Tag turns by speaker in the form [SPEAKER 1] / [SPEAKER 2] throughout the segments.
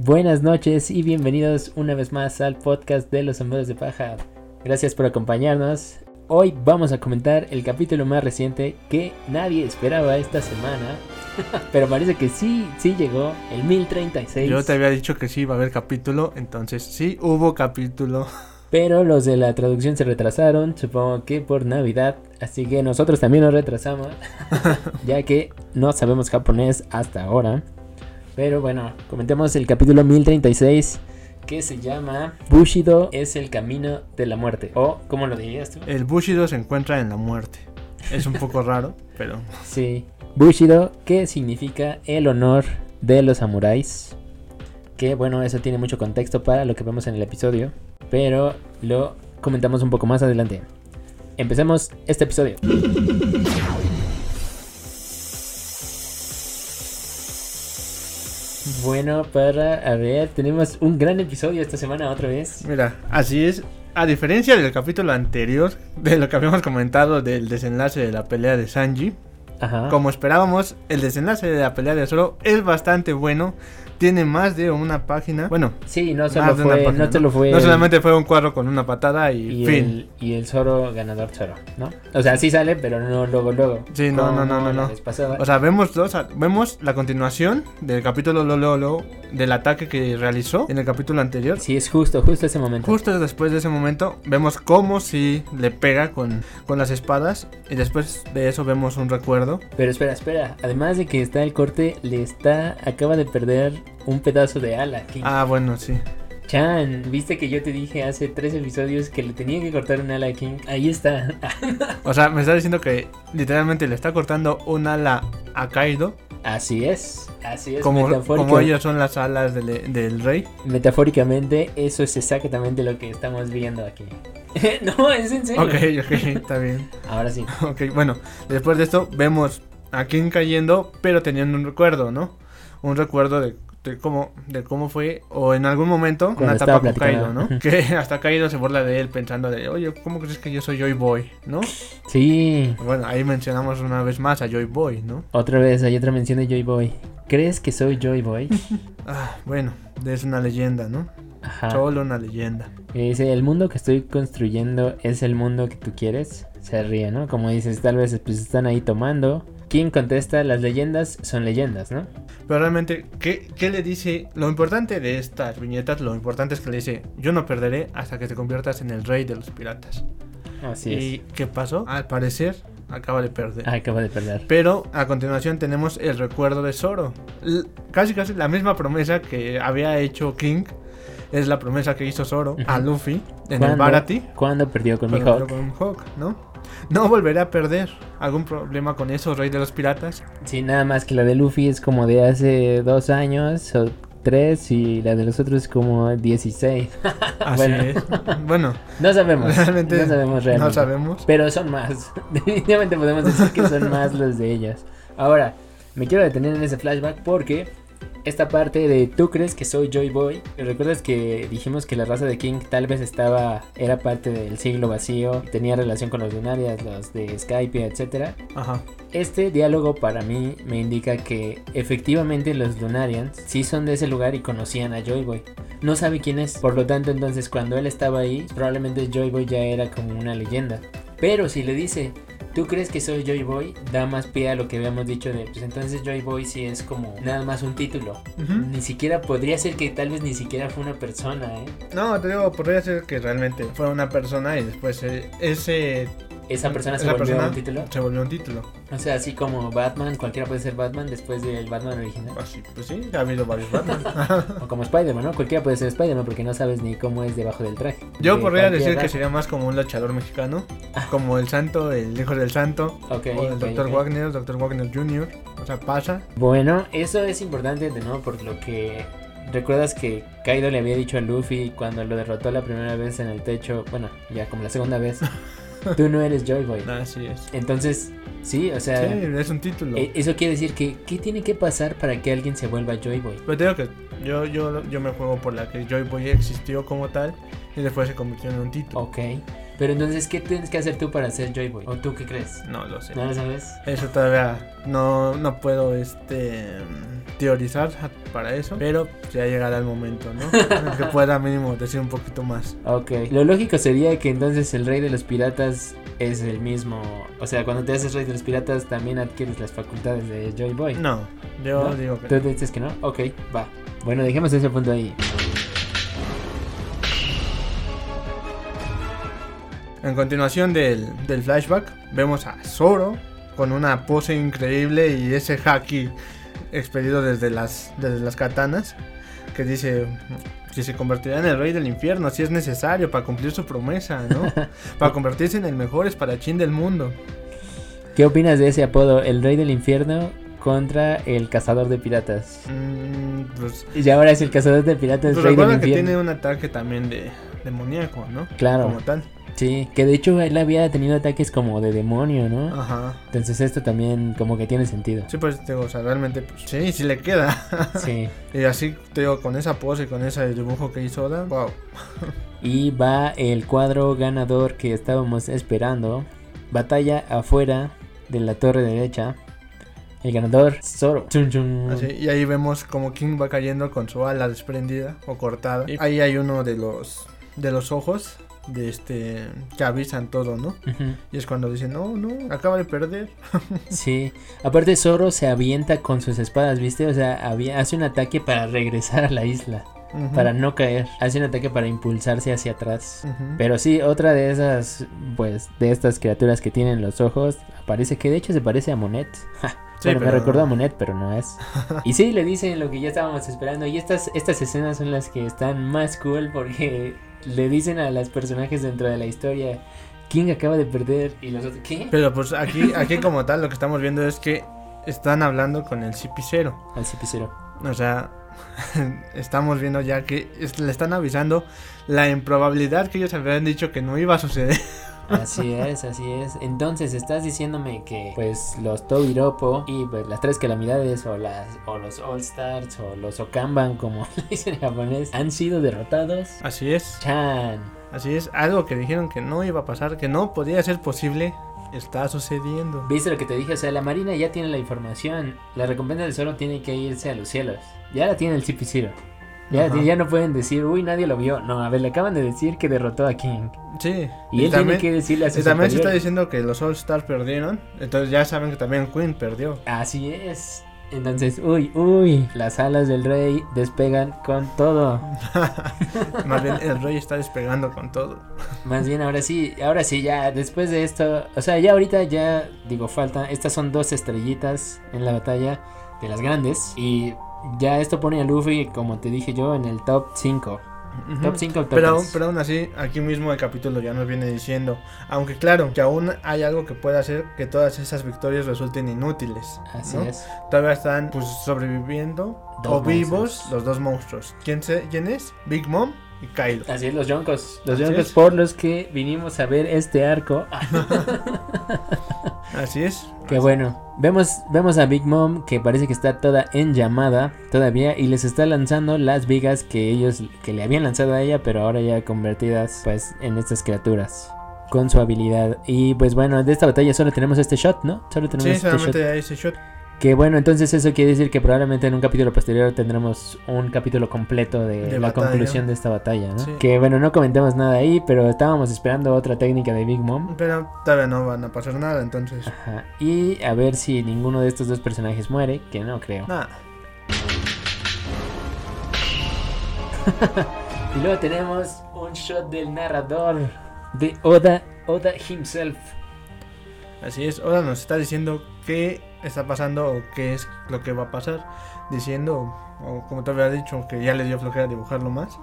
[SPEAKER 1] Buenas noches y bienvenidos una vez más al podcast de los sombreros de paja. Gracias por acompañarnos. Hoy vamos a comentar el capítulo más reciente que nadie esperaba esta semana, pero parece que sí, sí llegó, el 1036.
[SPEAKER 2] Yo te había dicho que sí iba a haber capítulo, entonces sí hubo capítulo.
[SPEAKER 1] Pero los de la traducción se retrasaron, supongo que por Navidad, así que nosotros también nos retrasamos, ya que no sabemos japonés hasta ahora. Pero bueno, comentemos el capítulo 1036 que se llama Bushido es el camino de la muerte. O, ¿cómo lo dirías tú?
[SPEAKER 2] El Bushido se encuentra en la muerte. Es un poco raro, pero
[SPEAKER 1] Sí. Bushido, que significa el honor de los samuráis. Que bueno, eso tiene mucho contexto para lo que vemos en el episodio. Pero lo comentamos un poco más adelante. Empecemos este episodio. Bueno, para a ver, tenemos un gran episodio esta semana otra vez.
[SPEAKER 2] mira, así es. A diferencia del capítulo anterior, de lo que habíamos comentado del desenlace de la pelea de Sanji,
[SPEAKER 1] Ajá.
[SPEAKER 2] como esperábamos, el desenlace de la pelea de Zoro es bastante bueno. Tiene más de una página. Bueno,
[SPEAKER 1] Sí, no solo
[SPEAKER 2] más de una
[SPEAKER 1] fue,
[SPEAKER 2] página,
[SPEAKER 1] no solo fue
[SPEAKER 2] No
[SPEAKER 1] el-
[SPEAKER 2] solamente fue un cuadro con una patada y,
[SPEAKER 1] y
[SPEAKER 2] fin.
[SPEAKER 1] el, y el Zoro ganador Zoro, ¿no? O sea, sí sale, pero no luego, luego.
[SPEAKER 2] Sí, no,
[SPEAKER 1] Como
[SPEAKER 2] no, no, no,
[SPEAKER 1] la
[SPEAKER 2] no.
[SPEAKER 1] vez pasada.
[SPEAKER 2] O sea, vemos, dos, vemos la continuación del capítulo lo, lo, lo, del ataque que realizó en el capítulo anterior.
[SPEAKER 1] sí, es justo, justo ese momento.
[SPEAKER 2] Justo después de ese momento vemos cómo si le pega con, con las espadas y después de eso vemos un recuerdo.
[SPEAKER 1] Pero espera, espera. Además de que está el corte, le está. Acaba de perder un pedazo de ala. Que-
[SPEAKER 2] Ah, bueno, sí.
[SPEAKER 1] Chan, viste que yo te dije hace tres episodios que le tenía que cortar un ala a King. Ahí está.
[SPEAKER 2] O sea, me está diciendo que literalmente le está cortando un ala a Kaido,
[SPEAKER 1] Así es. Así es.
[SPEAKER 2] como,
[SPEAKER 1] metafórica-
[SPEAKER 2] como ellas son las alas del, del rey.
[SPEAKER 1] Metafóricamente, eso es exactamente lo que estamos viendo aquí. no, es en serio.
[SPEAKER 2] Ok, ok, está bien.
[SPEAKER 1] Ahora sí.
[SPEAKER 2] Ok, bueno, después de esto vemos a King cayendo, pero teniendo un recuerdo, ¿no? Un recuerdo de, de cómo de cómo fue, o en algún momento,
[SPEAKER 1] Cuando
[SPEAKER 2] una
[SPEAKER 1] estaba
[SPEAKER 2] etapa con Kaido,
[SPEAKER 1] platicando.
[SPEAKER 2] ¿no? Que hasta Kaido se burla de él pensando de, oye, ¿cómo crees que yo soy Joy Boy, no?
[SPEAKER 1] Sí.
[SPEAKER 2] Bueno, ahí mencionamos una vez más a Joy Boy, ¿no?
[SPEAKER 1] Otra vez, hay otra mención de Joy Boy. ¿Crees que soy Joy Boy?
[SPEAKER 2] Ah, bueno, es una leyenda, ¿no?
[SPEAKER 1] Ajá.
[SPEAKER 2] Solo una leyenda.
[SPEAKER 1] Y dice, el mundo que estoy construyendo es el mundo que tú quieres. Se ríe, ¿no? Como dices, tal vez pues están ahí tomando. ¿Quién contesta? Las leyendas son leyendas, ¿no?
[SPEAKER 2] Pero realmente, ¿qué, ¿qué le dice? Lo importante de estas viñetas, lo importante es que le dice, yo no perderé hasta que te conviertas en el rey de los piratas.
[SPEAKER 1] Así
[SPEAKER 2] ¿Y qué pasó? Al parecer, acaba de perder.
[SPEAKER 1] es. Ah, acabo de perder.
[SPEAKER 2] Pero a continuación tenemos el recuerdo de Zoro. L- casi casi la misma promesa que había hecho King. Es la promesa que hizo Zoro a
[SPEAKER 1] Ujú.
[SPEAKER 2] Luffy en el
[SPEAKER 1] ¿Cuándo-
[SPEAKER 2] Barati.
[SPEAKER 1] ¿Cuándo perdió con mi
[SPEAKER 2] pero- pero
[SPEAKER 1] Hawk?
[SPEAKER 2] con Hawk, ¿no? No volveré a perder. ¿Algún problema con eso, Rey de los Piratas?
[SPEAKER 1] Sí, nada más que la de Luffy es como de hace dos años o tres y la de los otros es como 16.
[SPEAKER 2] Así
[SPEAKER 1] Bueno.
[SPEAKER 2] es. Bueno,
[SPEAKER 1] No sabemos.
[SPEAKER 2] realmente
[SPEAKER 1] no sabemos realmente.
[SPEAKER 2] no sabemos.
[SPEAKER 1] Pero son más. Definitivamente podemos decir que son más los de ellas. Ahora, me quiero detener en ese flashback porque esta parte de tú crees que soy Joy Boy. ¿Recuerdas que dijimos que la raza de King tal vez estaba era parte del siglo vacío, tenía relación con los binarias, los de Skype, etcétera?
[SPEAKER 2] Ajá.
[SPEAKER 1] Este diálogo para mí me indica que efectivamente los Lunarians sí son de ese lugar y conocían a Joyboy. No sabe quién es, por lo tanto entonces cuando él estaba ahí, probablemente Joyboy ya era como una leyenda. Pero si le dice, ¿tú crees que soy Joyboy? Da más pie a lo que habíamos dicho de, pues entonces Joyboy sí es como nada más un título.
[SPEAKER 2] Ujú.
[SPEAKER 1] Ni siquiera podría ser que tal vez ni siquiera fue una persona, ¿eh?
[SPEAKER 2] No, te digo, podría ser que realmente fue una persona y después eh, ese
[SPEAKER 1] Esa persona se
[SPEAKER 2] esa
[SPEAKER 1] volvió
[SPEAKER 2] persona
[SPEAKER 1] un título.
[SPEAKER 2] Se volvió un título.
[SPEAKER 1] O sea, así como Batman, cualquiera puede ser Batman después del Batman original.
[SPEAKER 2] Así, pues sí, ha habido varios Batman.
[SPEAKER 1] O como Spider-Man, ¿no? Cualquiera puede ser Spider-Man porque no sabes ni cómo es debajo del traje.
[SPEAKER 2] Yo
[SPEAKER 1] De
[SPEAKER 2] podría
[SPEAKER 1] cualquier
[SPEAKER 2] decir que
[SPEAKER 1] raza.
[SPEAKER 2] sería más como un luchador mexicano, como el santo, el hijo del santo,
[SPEAKER 1] Ok,
[SPEAKER 2] o el
[SPEAKER 1] ok,
[SPEAKER 2] doctor
[SPEAKER 1] ok.
[SPEAKER 2] Wagner, el doctor Wagner Jr. O sea, pasa.
[SPEAKER 1] Bueno, eso es importante de nuevo por lo que... ¿Recuerdas que Kaido le había dicho a Luffy cuando lo derrotó la primera vez en el techo? Bueno, ya como la segunda vez. Tú no eres Joy Boy.
[SPEAKER 2] Así es.
[SPEAKER 1] Entonces, sí, o sea...
[SPEAKER 2] Sí, es un título.
[SPEAKER 1] eh, Eso quiere decir que, ¿qué tiene que pasar para que alguien se vuelva Joy Boy?
[SPEAKER 2] Pero te digo que yo, yo, yo me juego por la que Joy Boy existió como tal y después se convirtió en un título.
[SPEAKER 1] Ok. Pero entonces, ¿qué tienes que hacer tú para ser Joy Boy? ¿O tú qué crees?
[SPEAKER 2] No lo sé.
[SPEAKER 1] ¿No lo sabes?
[SPEAKER 2] Eso todavía no, no puedo este teorizar para eso, pero pues, ya llegará el momento, ¿no? En el que pueda mínimo decir un poquito más.
[SPEAKER 1] Ok. Lo lógico sería que entonces el rey de los piratas es el mismo. O sea, cuando te haces rey de los piratas también adquieres las facultades de Joy Boy.
[SPEAKER 2] No, yo
[SPEAKER 1] ¿No?
[SPEAKER 2] digo que
[SPEAKER 1] ¿Tú dices que no? Ok, va. Bueno, dejemos ese punto ahí.
[SPEAKER 2] En continuación del, del flashback, vemos a Zoro con una pose increíble y ese haki expedido desde las, desde las katanas que dice que se convertirá en el rey del infierno si es necesario para cumplir su promesa, ¿no? para convertirse en el mejor espadachín del mundo.
[SPEAKER 1] ¿Qué opinas de ese apodo? El rey del infierno contra el cazador de piratas.
[SPEAKER 2] Mm, pues
[SPEAKER 1] Y ahora es el cazador de piratas,
[SPEAKER 2] pues
[SPEAKER 1] rey del
[SPEAKER 2] recuerda que
[SPEAKER 1] infierno.
[SPEAKER 2] tiene un ataque también de demoníaco, ¿no?
[SPEAKER 1] Claro,
[SPEAKER 2] Como tal.
[SPEAKER 1] sí. Que de hecho él había tenido ataques como de demonio, ¿no?
[SPEAKER 2] Ajá.
[SPEAKER 1] Entonces esto también como que tiene sentido.
[SPEAKER 2] Ah. Sí, pues, digo, o sea, realmente, pues, sí, sí le queda.
[SPEAKER 1] Sí.
[SPEAKER 2] y así, te digo, con esa pose y con ese dibujo que hizo Oda, wow.
[SPEAKER 1] Y va el cuadro ganador que estábamos esperando. Batalla afuera de la torre derecha. El ganador, Zoro. Chun, chun.
[SPEAKER 2] Así, y ahí vemos como King va cayendo con su ala desprendida o cortada. Y ahí hay uno de los de los ojos de este que avisan todo, ¿no?
[SPEAKER 1] Ujú.
[SPEAKER 2] Y es cuando dicen, "No, no, acaba de perder."
[SPEAKER 1] Sí, aparte Zoro se avienta con sus espadas, ¿viste? O sea, había- hace un ataque para regresar a la isla,
[SPEAKER 2] Ujú.
[SPEAKER 1] para no caer. Hace un ataque para impulsarse hacia atrás.
[SPEAKER 2] Ujú.
[SPEAKER 1] Pero sí, otra de esas, pues, de estas criaturas que tienen los ojos, aparece que de hecho se parece a Monet. Ja,
[SPEAKER 2] Sí,
[SPEAKER 1] bueno,
[SPEAKER 2] pero-
[SPEAKER 1] me recordó a Monet, pero no es. Y sí, le dicen lo que ya estábamos esperando. Y estas, estas escenas son las que están más cool porque le dicen a los personajes dentro de la historia, King acaba de perder y los otros, ¿qué?
[SPEAKER 2] Pero pues aquí aquí como tal lo que estamos viendo es que están hablando con el cipicero.
[SPEAKER 1] Al Cipicero.
[SPEAKER 2] O sea, estamos viendo ya que es- le están avisando la improbabilidad que ellos habían dicho que no iba a suceder.
[SPEAKER 1] Así es, así es. Entonces estás diciéndome que pues los Tobiropo y pues las tres calamidades o las o los All Stars o los Okamban como le dicen en japonés han sido derrotados.
[SPEAKER 2] Así es.
[SPEAKER 1] Chan.
[SPEAKER 2] Así es. Algo que dijeron que no iba a pasar, que no podía ser posible, está sucediendo.
[SPEAKER 1] ¿Viste lo que te dije? O sea, la Marina ya tiene la información. La recompensa del Zoro tiene que irse a los cielos. Ya la tiene el Cipiciro. Ya, la
[SPEAKER 2] Ajá.
[SPEAKER 1] tiene, ya no pueden decir, uy, nadie lo vio. No, a ver, le acaban de decir que derrotó a King.
[SPEAKER 2] Sí.
[SPEAKER 1] Y, él
[SPEAKER 2] también,
[SPEAKER 1] tiene que decirle a
[SPEAKER 2] y
[SPEAKER 1] sus
[SPEAKER 2] también se está
[SPEAKER 1] superiores.
[SPEAKER 2] diciendo que los All Stars perdieron. Entonces ya saben que también Queen perdió.
[SPEAKER 1] Así es. Entonces, uy, uy, las alas del rey despegan con todo.
[SPEAKER 2] Más bien el rey está despegando con todo.
[SPEAKER 1] Más bien, ahora sí, ahora sí, ya después de esto, o sea, ya ahorita ya digo, falta, estas son dos estrellitas en la batalla de las grandes y ya esto pone a Luffy, como te dije yo, en el top 5.
[SPEAKER 2] Ujú.
[SPEAKER 1] Top 5
[SPEAKER 2] Pero,
[SPEAKER 1] top
[SPEAKER 2] pero aún así, aquí mismo el capítulo ya nos viene diciendo, aunque claro, que aún hay algo que puede hacer que todas esas victorias resulten inútiles.
[SPEAKER 1] Así
[SPEAKER 2] ¿no?
[SPEAKER 1] es.
[SPEAKER 2] Todavía están pues sobreviviendo
[SPEAKER 1] Dos
[SPEAKER 2] o vivos
[SPEAKER 1] monstruos.
[SPEAKER 2] los dos monstruos. ¿Quién, se, ¿Quién es? Big Mom y Kaido.
[SPEAKER 1] Así es, los Yonkos. Los
[SPEAKER 2] Así
[SPEAKER 1] Yonkos
[SPEAKER 2] es.
[SPEAKER 1] por los que vinimos a ver este arco.
[SPEAKER 2] Así es.
[SPEAKER 1] Qué bueno. Vemos, vemos a Big Mom que parece que está toda en llamada todavía y les está lanzando las vigas que ellos que le habían lanzado a ella, pero ahora ya convertidas pues en estas criaturas con su habilidad. Y pues bueno, de esta batalla solo tenemos este shot, ¿no? Solo tenemos
[SPEAKER 2] Sí,
[SPEAKER 1] este
[SPEAKER 2] solamente
[SPEAKER 1] shot.
[SPEAKER 2] hay ese shot.
[SPEAKER 1] Que bueno, entonces eso quiere decir que probablemente en un capítulo posterior tendremos un capítulo completo de,
[SPEAKER 2] De
[SPEAKER 1] la
[SPEAKER 2] batalla.
[SPEAKER 1] conclusión de esta batalla, ¿no?
[SPEAKER 2] Sí.
[SPEAKER 1] Que bueno, no comentamos nada ahí, pero estábamos esperando otra técnica de Big Mom.
[SPEAKER 2] Pero todavía no van a pasar nada, entonces.
[SPEAKER 1] Ajá, Y a ver si ninguno de estos dos personajes muere, que no creo.
[SPEAKER 2] Nada.
[SPEAKER 1] Y luego tenemos un shot del narrador de Oda, Oda himself.
[SPEAKER 2] Así es. Ahora nos está diciendo qué está pasando o qué es lo que va a pasar. Diciendo, o como te había dicho, que ya le dio flojera dibujarlo más.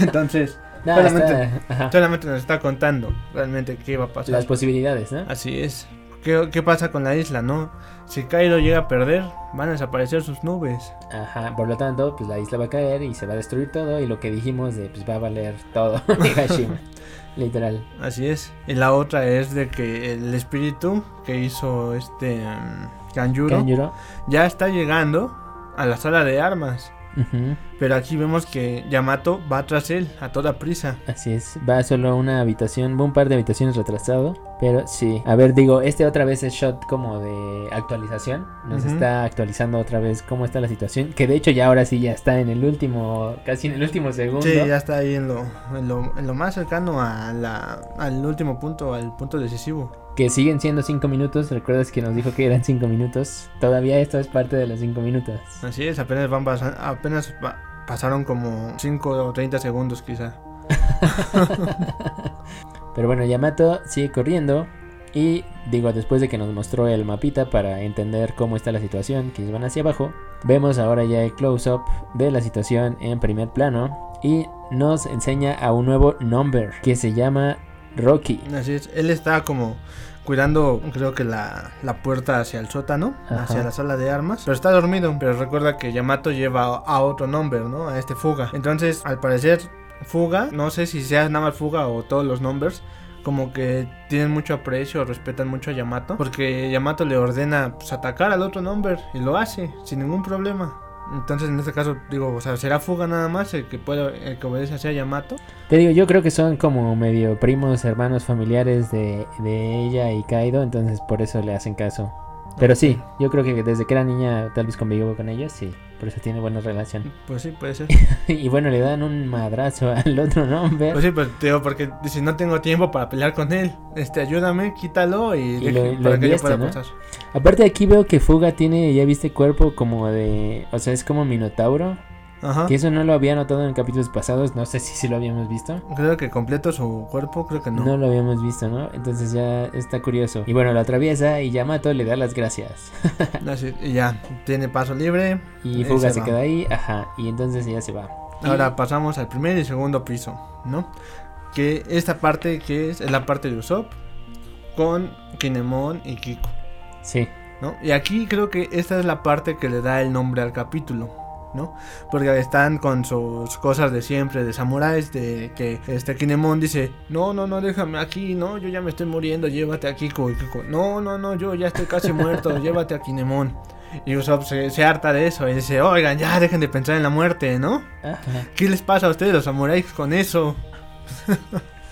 [SPEAKER 2] entonces,
[SPEAKER 1] No,
[SPEAKER 2] Claramente.
[SPEAKER 1] está- ajá,
[SPEAKER 2] solamente nos está contando realmente qué va a pasar.
[SPEAKER 1] las posibilidades, ¿no?
[SPEAKER 2] Así es. ¿Qué, ¿Qué pasa con la isla, no? Si Cairo llega a perder, van a desaparecer sus nubes.
[SPEAKER 1] Ajá, por lo tanto, pues la isla va a caer y se va a destruir todo y lo que dijimos de pues va a valer todo Higashima. Literal.
[SPEAKER 2] Así es. Y la otra es de que el espíritu que hizo este mm, Kanjuro
[SPEAKER 1] Kanjuro.
[SPEAKER 2] ya está llegando a la sala de armas.
[SPEAKER 1] Ujú,
[SPEAKER 2] Pero aquí vemos que Yamato va tras él a toda prisa.
[SPEAKER 1] Así es, va solo a una habitación, va un par de habitaciones retrasado, pero sí. A ver, digo, este otra vez es shot como de actualización, nos
[SPEAKER 2] Ujú.
[SPEAKER 1] está actualizando otra vez cómo está la situación, que de hecho ya ahora sí ya está en el último, casi en el último segundo.
[SPEAKER 2] Sí, ya está ahí en lo, en lo, en lo más cercano a la, al último punto, al punto decisivo.
[SPEAKER 1] Que siguen siendo 5 minutos, recuerdas que nos dijo que eran 5 minutos, todavía esto es parte de los 5 minutos.
[SPEAKER 2] Así es, apenas van pasa- apenas pa- pasaron como 5 o 30 segundos quizá.
[SPEAKER 1] Pero bueno, Yamato sigue corriendo y digo, después de que nos mostró el mapita para entender cómo está la situación, que van hacia abajo, vemos ahora ya el close-up de la situación en primer plano y nos enseña a un nuevo number que se llama Rocky.
[SPEAKER 2] Así es, él está como cuidando creo que la, la puerta hacia el sótano,
[SPEAKER 1] Ajá.
[SPEAKER 2] hacia la sala de armas, pero está dormido, pero recuerda que Yamato lleva a- a otro nombre, ¿no? A este Fuga. Entonces, al parecer, Fuga, no sé si sea nada más Fuga o todos los nombres, como que tienen mucho aprecio, respetan mucho a Yamato, porque Yamato le ordena pues, atacar al otro nombre y lo hace sin ningún problema. Entonces, en este caso, digo, o sea, será Fuga nada más el que puede, el que obedece hacia Yamato.
[SPEAKER 1] Te digo, yo creo que son como medio primos, hermanos, familiares de, de ella y Kaido, entonces por eso le hacen caso. Pero sí, yo creo que desde que era niña tal vez convivió con ellos, sí, por eso tiene buena relación.
[SPEAKER 2] Pues sí, puede ser.
[SPEAKER 1] Y bueno, le dan un madrazo al otro nombre.
[SPEAKER 2] Pues sí, pues te digo, porque dice, no tengo tiempo para pelear con él. Este, ayúdame, quítalo y,
[SPEAKER 1] Y
[SPEAKER 2] deja-
[SPEAKER 1] lo- lo
[SPEAKER 2] para que yo
[SPEAKER 1] enviaste,
[SPEAKER 2] pueda
[SPEAKER 1] ¿no?
[SPEAKER 2] pasar.
[SPEAKER 1] Aparte aquí veo que Fuga tiene, ya viste, cuerpo como de... O sea, es como Minotauro.
[SPEAKER 2] Ajá.
[SPEAKER 1] Que eso no lo había notado en capítulos pasados. No sé si sí lo habíamos visto.
[SPEAKER 2] Creo que completo su cuerpo, creo que no.
[SPEAKER 1] No. lo habíamos visto, ¿no? Entonces ya está curioso. Y bueno, lo atraviesa y Yamato le da las gracias.
[SPEAKER 2] Así- y ya, tiene paso libre.
[SPEAKER 1] Y
[SPEAKER 2] Él
[SPEAKER 1] Fuga
[SPEAKER 2] se
[SPEAKER 1] se,
[SPEAKER 2] va.
[SPEAKER 1] queda ahí. Ajá. Y entonces ella se va. Y-
[SPEAKER 2] Ahora pasamos al primer y segundo piso, ¿no? Que esta parte que es, es la parte de Usopp con Kinemon y Kiko,
[SPEAKER 1] Sí.
[SPEAKER 2] ¿no? Y aquí creo que esta es la parte que le da el nombre al capítulo. ¿no? Porque están con sus cosas de siempre, de samuráis, de que este Kinemon dice, no, no, no, déjame aquí, no, yo ya me estoy muriendo, llévate a Kiko, y Kiko, no, no, no, yo ya estoy casi muerto, llévate a Kinemon. Y Usopp se, se harta de eso y dice, oigan, ya dejen de pensar en la muerte, ¿no?
[SPEAKER 1] Ajá.
[SPEAKER 2] ¿Qué les pasa a ustedes los samuráis con eso?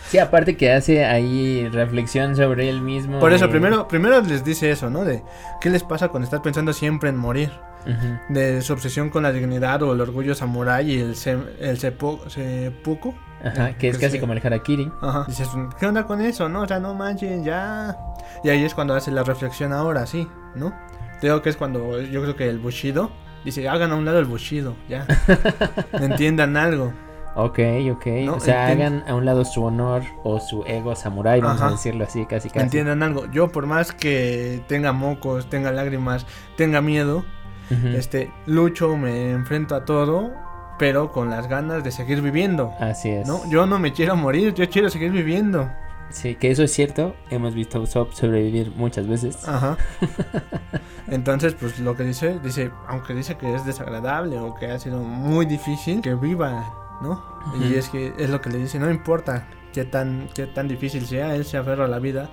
[SPEAKER 1] Sí, aparte que hace ahí reflexión sobre él mismo.
[SPEAKER 2] Por eso,
[SPEAKER 1] de-
[SPEAKER 2] primero, primero les dice eso, ¿no? De qué les pasa con estar pensando siempre en morir.
[SPEAKER 1] Ujú.
[SPEAKER 2] De su obsesión con la dignidad o el orgullo samurái y el, se, el sepo- seppuku.
[SPEAKER 1] Ajá. Que es
[SPEAKER 2] ah, Que
[SPEAKER 1] casi
[SPEAKER 2] sí.
[SPEAKER 1] como el Harakiri.
[SPEAKER 2] Ajá. Dices, ¿qué onda con eso? No, o sea, no manchen, ya. Y ahí es cuando hace la reflexión ahora, sí, ¿no? Te Digo que es cuando yo creo que el Bushido dice, hagan a un lado el Bushido, ya. Entiendan algo.
[SPEAKER 1] Ok, ok.
[SPEAKER 2] No,
[SPEAKER 1] o sea,
[SPEAKER 2] entiendo.
[SPEAKER 1] hagan a un lado su honor o su ego samurái, vamos
[SPEAKER 2] Ajá.
[SPEAKER 1] a decirlo así, casi casi.
[SPEAKER 2] Entiendan algo. Yo, por más que tenga mocos, tenga lágrimas, tenga miedo,
[SPEAKER 1] Ujú.
[SPEAKER 2] este, lucho, me enfrento a todo, pero con las ganas de seguir viviendo.
[SPEAKER 1] Así es.
[SPEAKER 2] No, yo no me quiero morir, yo quiero seguir viviendo.
[SPEAKER 1] Sí, que eso es cierto. Hemos visto a Usopp sobrevivir muchas veces.
[SPEAKER 2] Ajá. Entonces, pues lo que dice, dice, aunque dice que es desagradable o que ha sido muy difícil, que viva, ¿no? Y
[SPEAKER 1] Ujú.
[SPEAKER 2] es que es lo que le dice, no importa qué tan, qué tan difícil sea, él se aferra a la vida.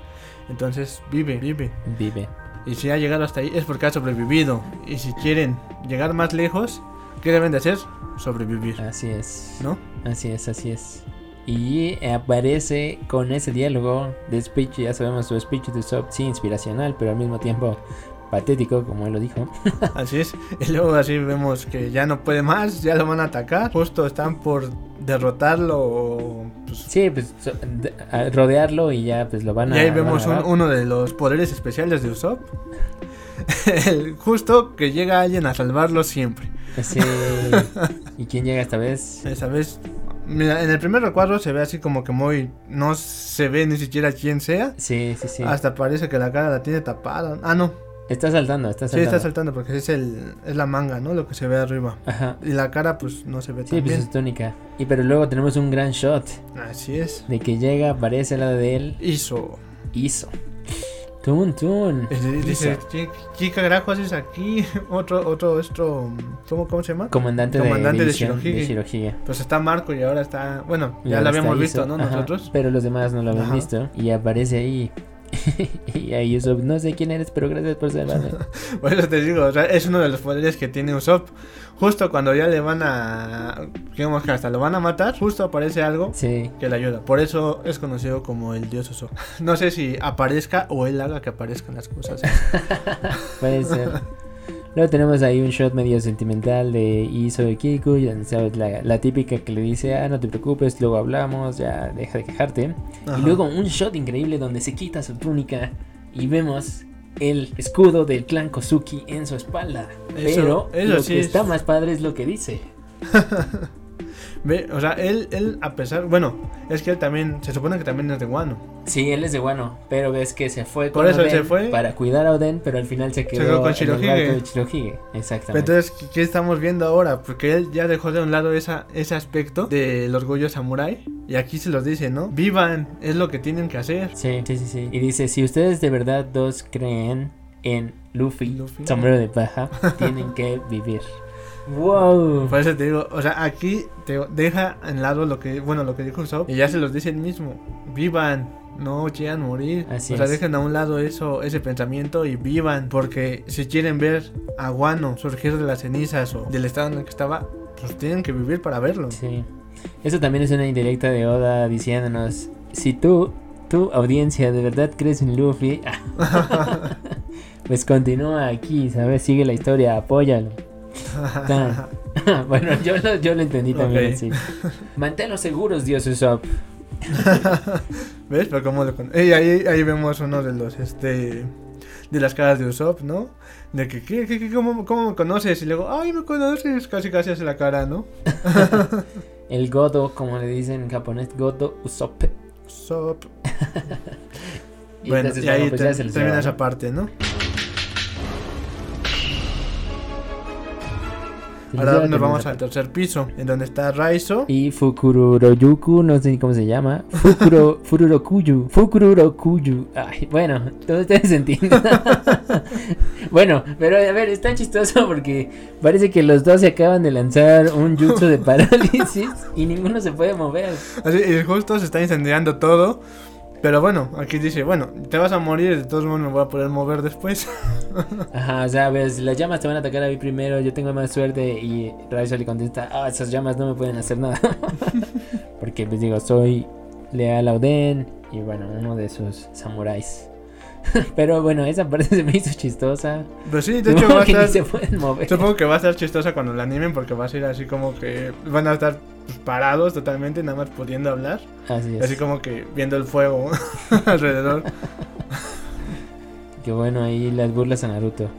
[SPEAKER 2] Entonces, vive, vive.
[SPEAKER 1] Vive.
[SPEAKER 2] Y si ha llegado hasta ahí es porque ha sobrevivido. Y si quieren llegar más lejos, ¿qué deben de hacer? Sobrevivir,
[SPEAKER 1] Así es.
[SPEAKER 2] ¿no?
[SPEAKER 1] Así es, así es. Y aparece con ese diálogo de speech, ya sabemos su speech de Usopp, sí, inspiracional, pero al mismo tiempo patético, como él lo dijo.
[SPEAKER 2] Así es. Y luego así vemos que ya no puede más, ya lo van a atacar. Justo están por derrotarlo. o, pues,
[SPEAKER 1] Sí, pues so- de- a- rodearlo y ya pues lo van a...
[SPEAKER 2] Y ahí
[SPEAKER 1] lo van a
[SPEAKER 2] vemos un-
[SPEAKER 1] agarrar.
[SPEAKER 2] uno de los poderes especiales de Usopp. El justo que llega alguien a salvarlo siempre.
[SPEAKER 1] Sí. ¿Y quién llega esta vez?
[SPEAKER 2] Esa vez, mira, en el primer recuadro se ve así como que muy. No se ve ni siquiera quién sea.
[SPEAKER 1] Sí, sí, sí.
[SPEAKER 2] Hasta parece que la cara la tiene tapada. Ah, no.
[SPEAKER 1] Está saltando, está
[SPEAKER 2] Sí,
[SPEAKER 1] saltando.
[SPEAKER 2] está saltando porque es, el, es la manga, ¿no? Lo que se ve arriba.
[SPEAKER 1] Ajá.
[SPEAKER 2] Y la cara, pues no se ve
[SPEAKER 1] Sí,
[SPEAKER 2] tan
[SPEAKER 1] pues
[SPEAKER 2] bien.
[SPEAKER 1] es túnica. Y pero luego tenemos un gran shot
[SPEAKER 2] Así es.
[SPEAKER 1] de que llega, aparece al lado de él,
[SPEAKER 2] Hizo.
[SPEAKER 1] hizo. Tun, tun.
[SPEAKER 2] Y Dice,
[SPEAKER 1] Hizo.
[SPEAKER 2] "¿Qué- ¿qué carajo haces aquí? Otro, otro, otro. ¿Cómo, cómo se llama?
[SPEAKER 1] Comandante, de-
[SPEAKER 2] Comandante de
[SPEAKER 1] división
[SPEAKER 2] Shirohige.
[SPEAKER 1] de Shirohige.
[SPEAKER 2] Pues está Marco y ahora está. Bueno,
[SPEAKER 1] Y
[SPEAKER 2] ya lo
[SPEAKER 1] ahora está
[SPEAKER 2] habíamos
[SPEAKER 1] Iso.
[SPEAKER 2] visto, ¿no?
[SPEAKER 1] Ajá,
[SPEAKER 2] Nosotros.
[SPEAKER 1] Pero los demás no lo habían
[SPEAKER 2] Ajá.
[SPEAKER 1] visto. Y aparece ahí y ahí Usopp, no sé quién eres, pero gracias por salvarme.
[SPEAKER 2] Bueno, te digo, o sea, es uno de los poderes que tiene Usopp. Justo cuando ya le van a. Digamos que hasta lo van a matar, justo aparece algo
[SPEAKER 1] Sí.
[SPEAKER 2] que le ayuda. Por eso es conocido como el dios Usopp. No sé si aparezca o él haga que aparezcan las cosas.
[SPEAKER 1] Puede ser. Luego tenemos ahí un shot medio sentimental de Iso de Kiku, y donde, ¿sabes? La, la típica que le dice, ah, no te preocupes, luego hablamos, ya deja de quejarte.
[SPEAKER 2] Ajá.
[SPEAKER 1] Y luego un shot increíble donde se quita su túnica y vemos el escudo del clan Kozuki en su espalda.
[SPEAKER 2] Eso-
[SPEAKER 1] Pero
[SPEAKER 2] eso
[SPEAKER 1] lo
[SPEAKER 2] sí
[SPEAKER 1] que
[SPEAKER 2] es-
[SPEAKER 1] está más padre es lo que dice.
[SPEAKER 2] Ve, o sea, él, él, a pesar. Bueno, es que él también. Se supone que también es de Guano.
[SPEAKER 1] Sí, él es de Wano, pero ves que se fue
[SPEAKER 2] Por
[SPEAKER 1] con
[SPEAKER 2] eso él se
[SPEAKER 1] Oden
[SPEAKER 2] fue.
[SPEAKER 1] para cuidar a Oden, pero al final se quedó,
[SPEAKER 2] quedó con
[SPEAKER 1] en el barco
[SPEAKER 2] Shirohige.
[SPEAKER 1] de Shirohige. Exactamente.
[SPEAKER 2] Entonces, ¿qué- ¿qué estamos viendo ahora? Porque él ya dejó de un lado esa, ese aspecto del orgullo samurái. Y aquí se los dice, ¿no? Vivan, es lo que tienen que hacer.
[SPEAKER 1] Sí, sí, sí, sí. Y dice, si ustedes de verdad dos creen en Luffy,
[SPEAKER 2] Luffy.
[SPEAKER 1] sombrero de paja, tienen que vivir. ¡Wow!
[SPEAKER 2] Por eso te digo, o sea, aquí te deja en lado lo que, bueno, lo que dijo Usopp y ya se los dice él mismo. Vivan, no quieran morir.
[SPEAKER 1] Así
[SPEAKER 2] o sea,
[SPEAKER 1] es.
[SPEAKER 2] dejen a un lado eso, ese pensamiento y vivan, porque si quieren ver a Guano surgir de las cenizas o del estado en el que estaba, pues tienen que vivir para verlo.
[SPEAKER 1] Sí. Eso también es una indirecta de Oda diciéndonos, si tú, tu audiencia, de verdad crees en Luffy, pues continúa aquí, ¿sabes? Sigue la historia, apóyalo. Tan. bueno, yo lo, yo lo entendí también
[SPEAKER 2] Ok.
[SPEAKER 1] así. Manténlos seguros, Dios Usopp.
[SPEAKER 2] ¿Ves? Pero cómo lo con- Y ahí, ahí vemos uno de los, este, de las caras de Usopp, ¿no? De que, ¿qué, qué, qué- cómo, ¿cómo me conoces? Y luego, ay, me conoces, casi casi hace la cara, ¿no?
[SPEAKER 1] El Godo, como le dicen en japonés, Godo Usopp.
[SPEAKER 2] Usopp.
[SPEAKER 1] Y
[SPEAKER 2] bueno,
[SPEAKER 1] entonces,
[SPEAKER 2] y ahí
[SPEAKER 1] bueno, pues
[SPEAKER 2] te-
[SPEAKER 1] ya se los
[SPEAKER 2] termina
[SPEAKER 1] lleva,
[SPEAKER 2] esa
[SPEAKER 1] ¿no?
[SPEAKER 2] parte, ¿no?
[SPEAKER 1] Se los lleva
[SPEAKER 2] Ahora nos
[SPEAKER 1] terminando
[SPEAKER 2] vamos
[SPEAKER 1] esa
[SPEAKER 2] al
[SPEAKER 1] parte.
[SPEAKER 2] tercer piso, en donde está Raizo.
[SPEAKER 1] Y Fukururoyuku, no sé ni cómo se llama. Fukuro, Fururokuyu. Fukururokuyu. Ay, bueno, todos ustedes entienden. bueno, pero a ver, está chistoso porque parece que los dos se acaban de lanzar un jutsu de parálisis y ninguno se puede mover.
[SPEAKER 2] Así, y justo se está incendiando todo. Pero bueno, aquí dice, bueno, te vas a morir, de todos modos me voy a poder mover después.
[SPEAKER 1] Ajá, o sea, ves, las llamas te van a atacar a mí primero, yo tengo más suerte y Raizo le contesta, ah, esas llamas no me pueden hacer nada. Porque pues digo, soy leal a Oden y bueno, uno de sus samuráis. Pero bueno, esa parte se me hizo chistosa.
[SPEAKER 2] Pero Pues sí, de hecho
[SPEAKER 1] Supongo
[SPEAKER 2] va a
[SPEAKER 1] que ni se
[SPEAKER 2] estar...
[SPEAKER 1] pueden mover.
[SPEAKER 2] Supongo que va a estar chistosa cuando la animen porque va a ser así como que van a estar pues, parados totalmente, nada más pudiendo hablar.
[SPEAKER 1] Así es.
[SPEAKER 2] Así como que viendo el fuego alrededor.
[SPEAKER 1] Que bueno, ahí las burlas a Naruto.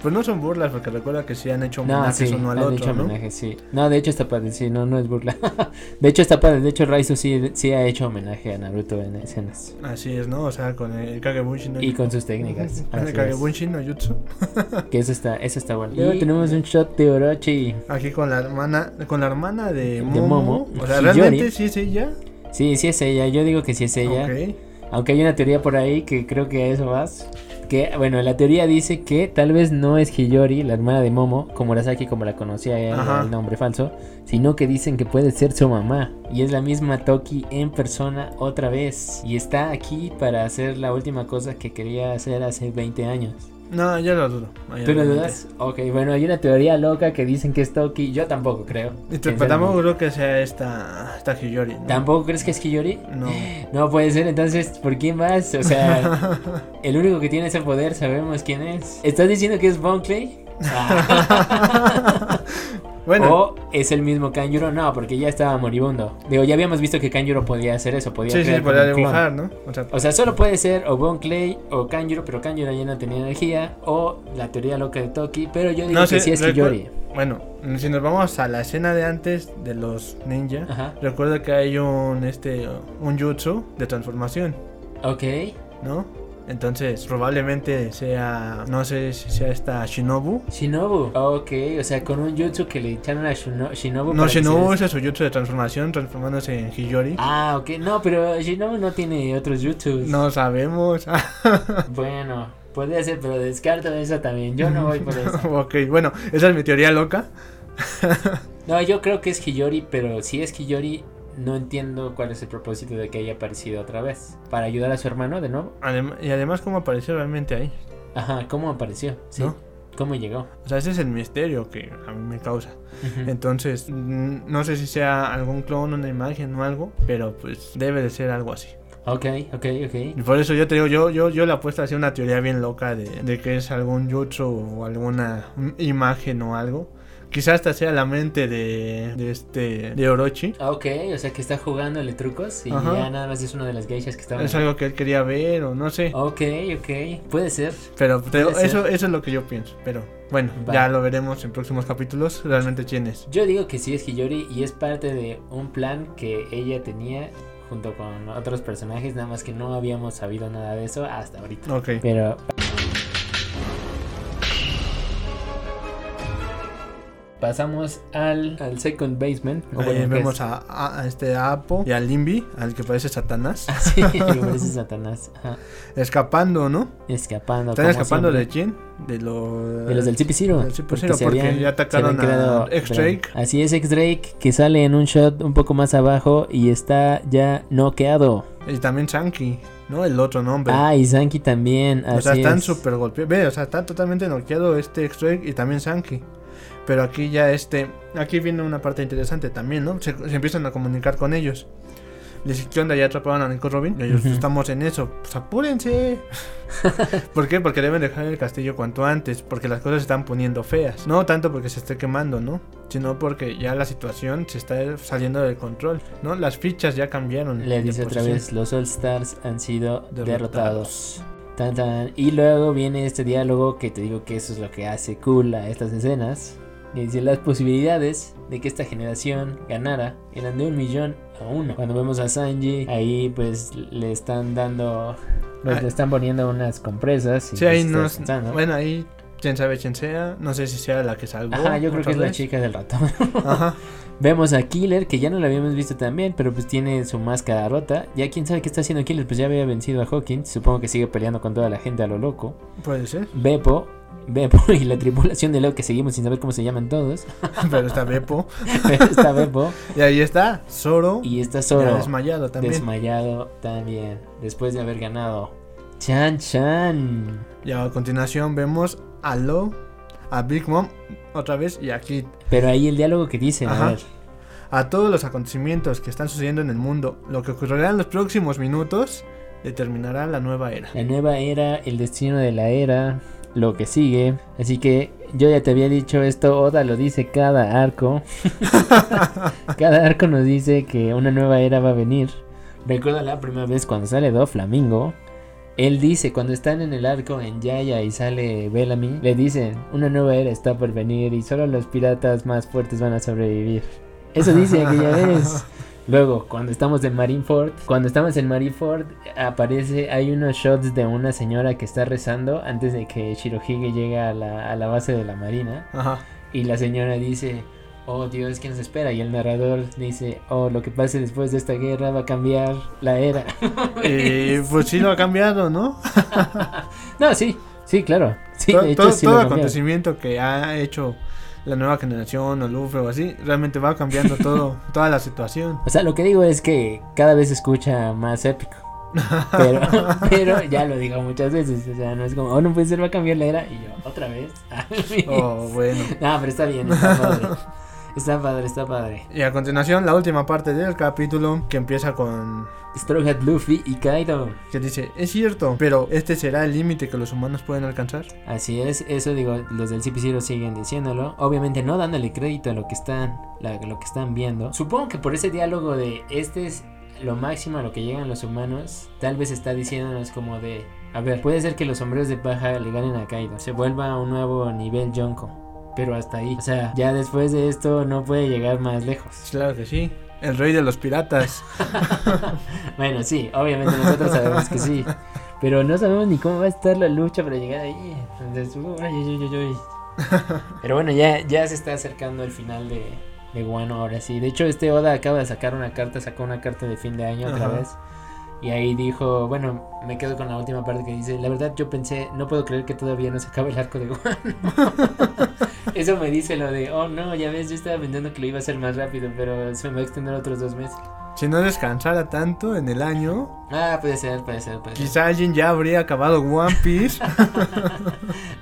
[SPEAKER 2] Pues no son burlas porque recuerda que sí han hecho
[SPEAKER 1] No,
[SPEAKER 2] homenajes
[SPEAKER 1] sí,
[SPEAKER 2] uno al
[SPEAKER 1] han
[SPEAKER 2] otro,
[SPEAKER 1] hecho
[SPEAKER 2] ¿no?
[SPEAKER 1] homenaje, sí. No, de hecho está padre, sí, no, no es burla. de hecho está padre, de hecho Raizo sí, sí ha hecho homenaje a Naruto en escenas.
[SPEAKER 2] Así es, ¿no? O sea, con el Kagebunshin no
[SPEAKER 1] Y con sus técnicas.
[SPEAKER 2] Con el
[SPEAKER 1] así es.
[SPEAKER 2] Kagebunshin no Jutsu.
[SPEAKER 1] Que eso está, eso está bueno. Luego tenemos un shot de Orochi.
[SPEAKER 2] Aquí con la hermana, con la hermana de
[SPEAKER 1] De
[SPEAKER 2] Momo.
[SPEAKER 1] Momo,
[SPEAKER 2] O sea,
[SPEAKER 1] Hiyori.
[SPEAKER 2] realmente sí es ella.
[SPEAKER 1] Sí, sí es ella. Yo digo que sí es ella.
[SPEAKER 2] Ok.
[SPEAKER 1] Aunque hay una teoría por ahí que creo que a eso vas. Que, bueno, la teoría dice que tal vez no es Hiyori, la hermana de Momo, como Rasaki, como la conocía ella,
[SPEAKER 2] Ajá.
[SPEAKER 1] el nombre falso, sino que dicen que puede ser su mamá. Y es la misma Toki en persona otra vez. Y está aquí para hacer la última cosa que quería hacer hace 20 años.
[SPEAKER 2] No, yo lo dudo. Ay,
[SPEAKER 1] ¿Tú no
[SPEAKER 2] obviamente.
[SPEAKER 1] dudas? Ok, bueno, hay una teoría loca que dicen que es Toki. Yo tampoco creo.
[SPEAKER 2] Y te- pero
[SPEAKER 1] sinceramente.
[SPEAKER 2] tampoco creo que sea esta, esta Hiyori. ¿no?
[SPEAKER 1] ¿Tampoco crees que es Hiyori?
[SPEAKER 2] No.
[SPEAKER 1] No puede ser, entonces, ¿por quién más? O sea, el único que tiene ese poder sabemos quién es. ¿Estás diciendo que es Von Clay? Ah.
[SPEAKER 2] bueno,
[SPEAKER 1] O es el mismo Kanjuro, no, porque ya estaba moribundo. Digo, ya habíamos visto que Kanjuro podía hacer eso, podía
[SPEAKER 2] sí, sí,
[SPEAKER 1] crear
[SPEAKER 2] podría
[SPEAKER 1] como un clon.
[SPEAKER 2] dibujar, ¿no? O sea,
[SPEAKER 1] O sea, solo puede ser o Von Clay o Kanjuro, pero Kanjuro ya no tenía energía, o la teoría loca de Toki, pero yo digo
[SPEAKER 2] No,
[SPEAKER 1] que
[SPEAKER 2] sí,
[SPEAKER 1] sí es
[SPEAKER 2] recu-
[SPEAKER 1] Hiyori.
[SPEAKER 2] bueno, si nos vamos a la escena de antes de los ninja,
[SPEAKER 1] Ajá.
[SPEAKER 2] recuerda que hay un este un jutsu de transformación,
[SPEAKER 1] Ok,
[SPEAKER 2] ¿no? Entonces, probablemente sea, no sé si sea esta Shinobu.
[SPEAKER 1] Shinobu. Ok, o sea, con un jutsu que le echaron a Shino- Shinobu.
[SPEAKER 2] No,
[SPEAKER 1] para que se
[SPEAKER 2] Shinobu usa su jutsu de transformación transformándose en Hiyori.
[SPEAKER 1] Ah, pues ok. No, pero Shinobu no tiene otros YouTube.
[SPEAKER 2] No sabemos.
[SPEAKER 1] Bueno, podría ser, pero descarto esa también. Yo no voy por eso.
[SPEAKER 2] ok, bueno, esa es mi teoría loca.
[SPEAKER 1] No, yo creo que es Hiyori, pero si es Hiyori, no entiendo cuál es el propósito de que haya aparecido otra vez. ¿Para ayudar a su hermano de nuevo?
[SPEAKER 2] Adem- y además, ¿cómo apareció realmente ahí?
[SPEAKER 1] Ajá, ¿cómo apareció? Sí.
[SPEAKER 2] ¿No?
[SPEAKER 1] ¿Cómo llegó?
[SPEAKER 2] O sea, ese es el misterio que a mí me causa.
[SPEAKER 1] Ujú.
[SPEAKER 2] Entonces, mm, no sé si sea algún clon, una imagen o algo, pero pues debe de ser algo así.
[SPEAKER 1] Ok, ok, ok.
[SPEAKER 2] Y por eso yo te digo, yo, yo, yo le apuesto hacia una teoría bien loca de, de que es algún jutsu o alguna mm, imagen o algo. Quizás hasta sea la mente de, de este de Orochi.
[SPEAKER 1] Ah, Ok, o sea que está jugándole trucos y
[SPEAKER 2] Ajá.
[SPEAKER 1] ya nada más es una de las geishas que estaban.
[SPEAKER 2] Es
[SPEAKER 1] ahí.
[SPEAKER 2] algo que él quería ver o no sé.
[SPEAKER 1] Ok, ok, puede ser.
[SPEAKER 2] Pero te digo,
[SPEAKER 1] Ah, Puede ser.
[SPEAKER 2] eso, eso es lo que yo pienso. Pero bueno,
[SPEAKER 1] Va.
[SPEAKER 2] ya lo veremos en próximos capítulos realmente quién es.
[SPEAKER 1] Yo digo que sí es Hiyori y es parte de un plan que ella tenía junto con otros personajes, nada más que no habíamos sabido nada de eso hasta ahorita.
[SPEAKER 2] Ok.
[SPEAKER 1] Pero pasamos al, al second basement. o
[SPEAKER 2] Ahí
[SPEAKER 1] bueno, que
[SPEAKER 2] Eh, vemos
[SPEAKER 1] es-
[SPEAKER 2] a, a- a este Apo y a Limbi, al que parece Satanás,
[SPEAKER 1] Sí, que parece Satanás. Ajá.
[SPEAKER 2] escapando, ¿no?
[SPEAKER 1] Escapando.
[SPEAKER 2] Están
[SPEAKER 1] como
[SPEAKER 2] escapando
[SPEAKER 1] siempre.
[SPEAKER 2] de quién? De los,
[SPEAKER 1] De los del Zipi Zero.
[SPEAKER 2] del Zipi Zero,
[SPEAKER 1] se
[SPEAKER 2] porque ya
[SPEAKER 1] se
[SPEAKER 2] atacaron a
[SPEAKER 1] creado-
[SPEAKER 2] X-Drake.
[SPEAKER 1] Así es, X-Drake, que sale en un shot un poco más abajo y está ya noqueado.
[SPEAKER 2] Y también Shanky, ¿no? El otro nombre.
[SPEAKER 1] Ah, y Zanki también. Así
[SPEAKER 2] o sea, están
[SPEAKER 1] es.
[SPEAKER 2] súper golpeados. Ve, o sea, está totalmente noqueado este X-Drake y también Shanky. Pero aquí ya este. Aquí viene una parte interesante también, ¿no? Se, se empiezan a comunicar con ellos. Dice, ¿qué onda? Ya atraparon a Nico Robin. Y ellos
[SPEAKER 1] Ujú.
[SPEAKER 2] estamos en eso. Pues apúrense. ¿Por qué? Porque deben dejar el castillo cuanto antes. Porque las cosas se están poniendo feas. No tanto porque se esté quemando, ¿no? Sino porque ya la situación se está saliendo del control, ¿no? Las fichas ya cambiaron.
[SPEAKER 1] Le
[SPEAKER 2] de
[SPEAKER 1] dice otra
[SPEAKER 2] posición.
[SPEAKER 1] vez, los All Stars han sido derrotados.
[SPEAKER 2] Derrotados.
[SPEAKER 1] Tan, tan. Y luego viene este diálogo que te digo que eso es lo que hace cool a estas escenas. Y dice, las posibilidades de que esta generación ganara eran de un millón a uno. Cuando vemos a Sanji, ahí pues le están dando... pues,
[SPEAKER 2] Ah.
[SPEAKER 1] le están poniendo unas compresas. y,
[SPEAKER 2] Sí, ahí
[SPEAKER 1] pues,
[SPEAKER 2] no.
[SPEAKER 1] está descansando.
[SPEAKER 2] Bueno, ahí quién sabe quién sea. No sé si sea la que salvó.
[SPEAKER 1] Ajá, yo creo
[SPEAKER 2] otra
[SPEAKER 1] que es la
[SPEAKER 2] vez.
[SPEAKER 1] chica del ratón.
[SPEAKER 2] Ajá.
[SPEAKER 1] Vemos a Killer, que ya no la habíamos visto también, pero pues tiene su máscara rota. Ya quién sabe qué está haciendo Killer, pues ya había vencido a Hawkins. Supongo que sigue peleando con toda la gente a lo loco.
[SPEAKER 2] Puede ser.
[SPEAKER 1] Beppo, Beppo y la tripulación de Leo, que seguimos sin saber cómo se llaman todos.
[SPEAKER 2] Pero está Beppo.
[SPEAKER 1] Pero está Beppo
[SPEAKER 2] Y ahí está Zoro.
[SPEAKER 1] y está
[SPEAKER 2] ya
[SPEAKER 1] Zoro
[SPEAKER 2] desmayado también.
[SPEAKER 1] desmayado también, después de haber ganado. Chan Chan.
[SPEAKER 2] y a continuación vemos a Lo, a Big Mom otra vez y a Kid.
[SPEAKER 1] Pero ahí el diálogo que dicen,
[SPEAKER 2] Ajá.
[SPEAKER 1] a ver.
[SPEAKER 2] A todos los acontecimientos que están sucediendo en el mundo, lo que ocurrirá en los próximos minutos determinará la nueva era.
[SPEAKER 1] La nueva era, el destino de la era, lo que sigue. Así que yo ya te había dicho esto, Oda lo dice cada arco. cada arco nos dice que una nueva era va a venir. Recuerda la primera vez cuando sale Do Flamingo. Él dice, cuando están en el arco en Yaya y sale Bellamy, le dicen, una nueva era está por venir y solo los piratas más fuertes van a sobrevivir. Eso dice aquella vez. Luego, cuando estamos en Marineford, cuando estamos en Marineford, aparece, hay unos shots de una señora que está rezando antes de que Shirohige llegue a la, a la base de la marina.
[SPEAKER 2] Ajá.
[SPEAKER 1] Y la señora dice, oh Dios, ¿qué nos espera? Y el narrador dice, oh, lo que pase después de esta guerra va a cambiar la era.
[SPEAKER 2] Y pues sí lo ha cambiado, ¿no?
[SPEAKER 1] no, sí, sí, claro. Sí,
[SPEAKER 2] todo
[SPEAKER 1] de hecho,
[SPEAKER 2] todo-
[SPEAKER 1] sí
[SPEAKER 2] todo
[SPEAKER 1] lo cambiaron.
[SPEAKER 2] acontecimiento que ha hecho la nueva generación o Luffy o así, realmente va cambiando todo, toda la situación.
[SPEAKER 1] O sea, lo que digo es que cada vez se escucha más épico. Pero, pero ya lo digo muchas veces. O sea, no es como, oh, no puede ser, va a cambiar la era. Y yo, otra vez.
[SPEAKER 2] Oh, bueno.
[SPEAKER 1] No, Ah, pero está bien, está padre. Está padre, está padre.
[SPEAKER 2] Y a continuación la última parte del capítulo que empieza con
[SPEAKER 1] Straw Hat Luffy y Kaido.
[SPEAKER 2] que dice, es cierto, pero este será el límite que los humanos pueden alcanzar.
[SPEAKER 1] Así es, eso digo, los del CP0 siguen diciéndolo. Obviamente no dándole crédito a lo que están, la- lo que están viendo. Supongo que por ese diálogo de este es lo máximo a lo que llegan los humanos, tal vez está diciéndonos como de, a ver, puede ser que los sombreros de paja le ganen a Kaido, se vuelva a un nuevo nivel Yonko. Pero hasta ahí. O sea, ya después de esto no puede llegar más lejos.
[SPEAKER 2] Claro que sí. El rey de los piratas.
[SPEAKER 1] Bueno, sí, obviamente nosotros sabemos que sí. Pero no sabemos ni cómo va a estar la lucha para llegar ahí. Entonces, uh, ay, ay, ay, ay, ay. Pero bueno, ya, ya se está acercando el final de, de Guano ahora sí. De hecho, este Oda acaba de sacar una carta, sacó una carta de fin de año otra
[SPEAKER 2] Ajá.
[SPEAKER 1] vez. Y ahí dijo, bueno, me quedo con la última parte que dice, la verdad yo pensé, no puedo creer que todavía no se acaba el arco de Guano. Eso me dice lo de, oh no, ya ves, yo estaba pensando que lo iba a hacer más rápido, pero se me va a extender otros dos meses.
[SPEAKER 2] Si no descansara tanto en el año,
[SPEAKER 1] Ah, puede ser, puede ser, puede ser.
[SPEAKER 2] quizá alguien ya habría acabado One Piece.